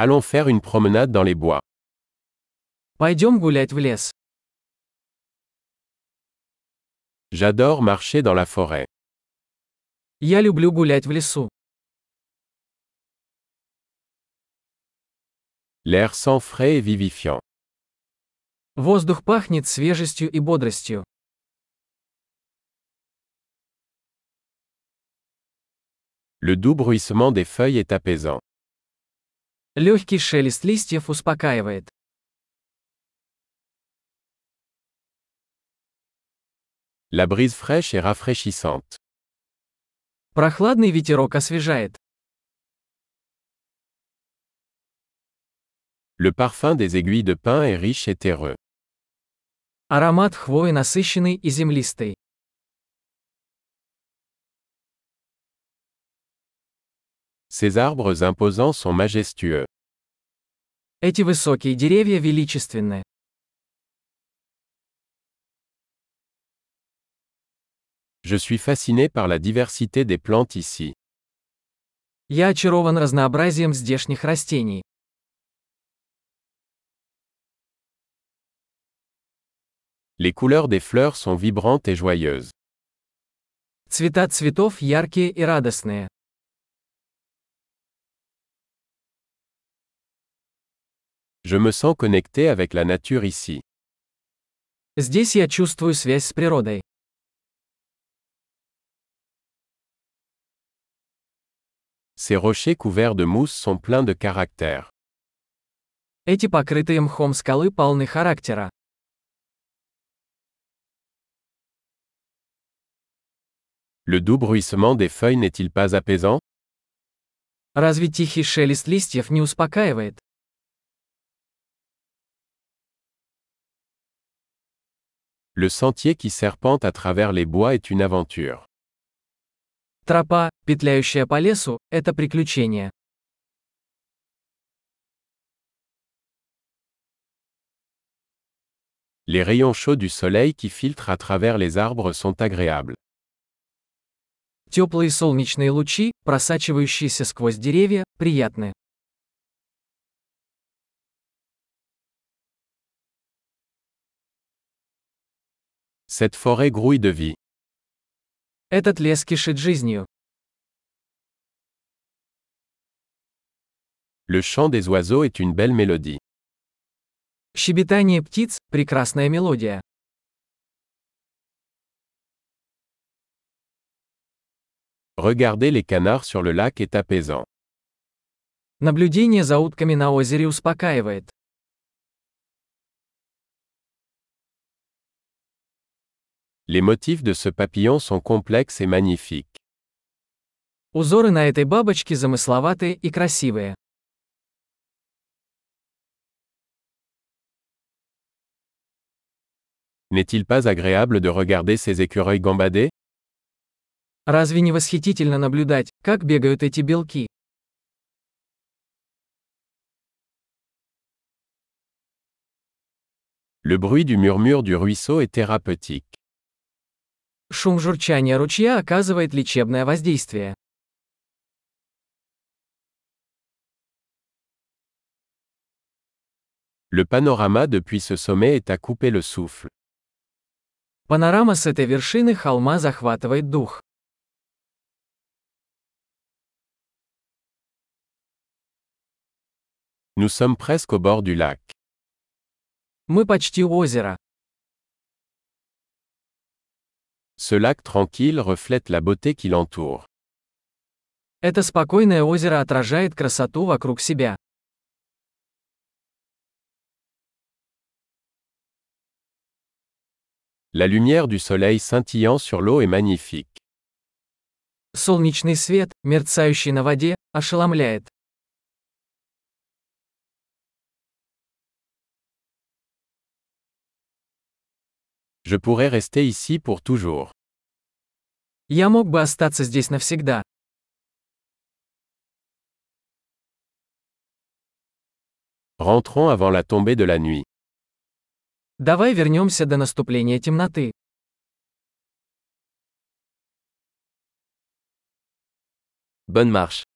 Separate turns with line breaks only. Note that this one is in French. Allons faire une promenade dans les bois.
Пойдем гулять в лес.
J'adore marcher dans la forêt.
Я люблю гулять в лесу.
L'air sent frais et vivifiant.
Воздух пахнет свежестью и бодростью.
Le doux bruissement des feuilles est apaisant.
Легкий шелест листьев успокаивает.
La brise fraîche est rafraîchissante.
Прохладный ветерок освежает.
Le parfum des aiguilles de pin est riche et terreux.
Аромат хвои насыщенный и землистый.
Ces arbres imposants sont majestueux.
Эти высокие деревья величественны.
Je suis fasciné par la diversité des plantes ici.
Я очарован разнообразием здешних растений.
Les couleurs des fleurs sont vibrantes et joyeuses.
Цвета цветов яркие и радостные.
Je me sens connecté avec la nature ici.
Здесь я чувствую связь с природой.
Ces rochers couverts de mousse sont pleins de caractère.
Эти покрытые мхом скалы полны характера.
Le doux bruissement des feuilles n'est-il pas apaisant
Разве тихий шелест листьев не успокаивает?
Le sentier qui serpente à travers les bois est une aventure.
Тропа, петляющая по лесу, это приключение.
Les rayons chauds du soleil qui filtrent à travers les arbres sont agréables.
Теплые солнечные лучи, просачивающиеся сквозь деревья, приятны.
Cette forêt grouille de vie.
Этот лес кишит жизнью.
Le chant des oiseaux est une belle mélodie.
Щебетание птиц – прекрасная мелодия.
Regarder les canards sur le lac est apaisant.
Наблюдение за утками на озере успокаивает.
Les motifs de ce papillon sont complexes et magnifiques.
Узоры на этой бабочке замысловатые и красивые.
N'est-il pas agréable de regarder ces écureuils gambader
Разве не восхитительно наблюдать, как бегают эти белки?
Le bruit du murmure du ruisseau est thérapeutique.
Шум журчания ручья оказывает лечебное воздействие.
Le panorama depuis ce sommet est à couper le souffle.
Панорама с этой вершины холма захватывает дух.
Nous sommes presque au bord du lac.
Мы почти у озера.
Ce lac tranquille reflète la beauté qui l'entoure.
Это спокойное озеро отражает красоту вокруг себя.
La lumière du soleil scintillant sur l'eau est magnifique.
Солнечный свет, мерцающий на воде, ошеломляет.
Je pourrais rester ici pour toujours.
Я мог бы остаться здесь навсегда.
Rentrons avant la tombée de la nuit.
Давай вернемся до наступления темноты.
Bonne marche.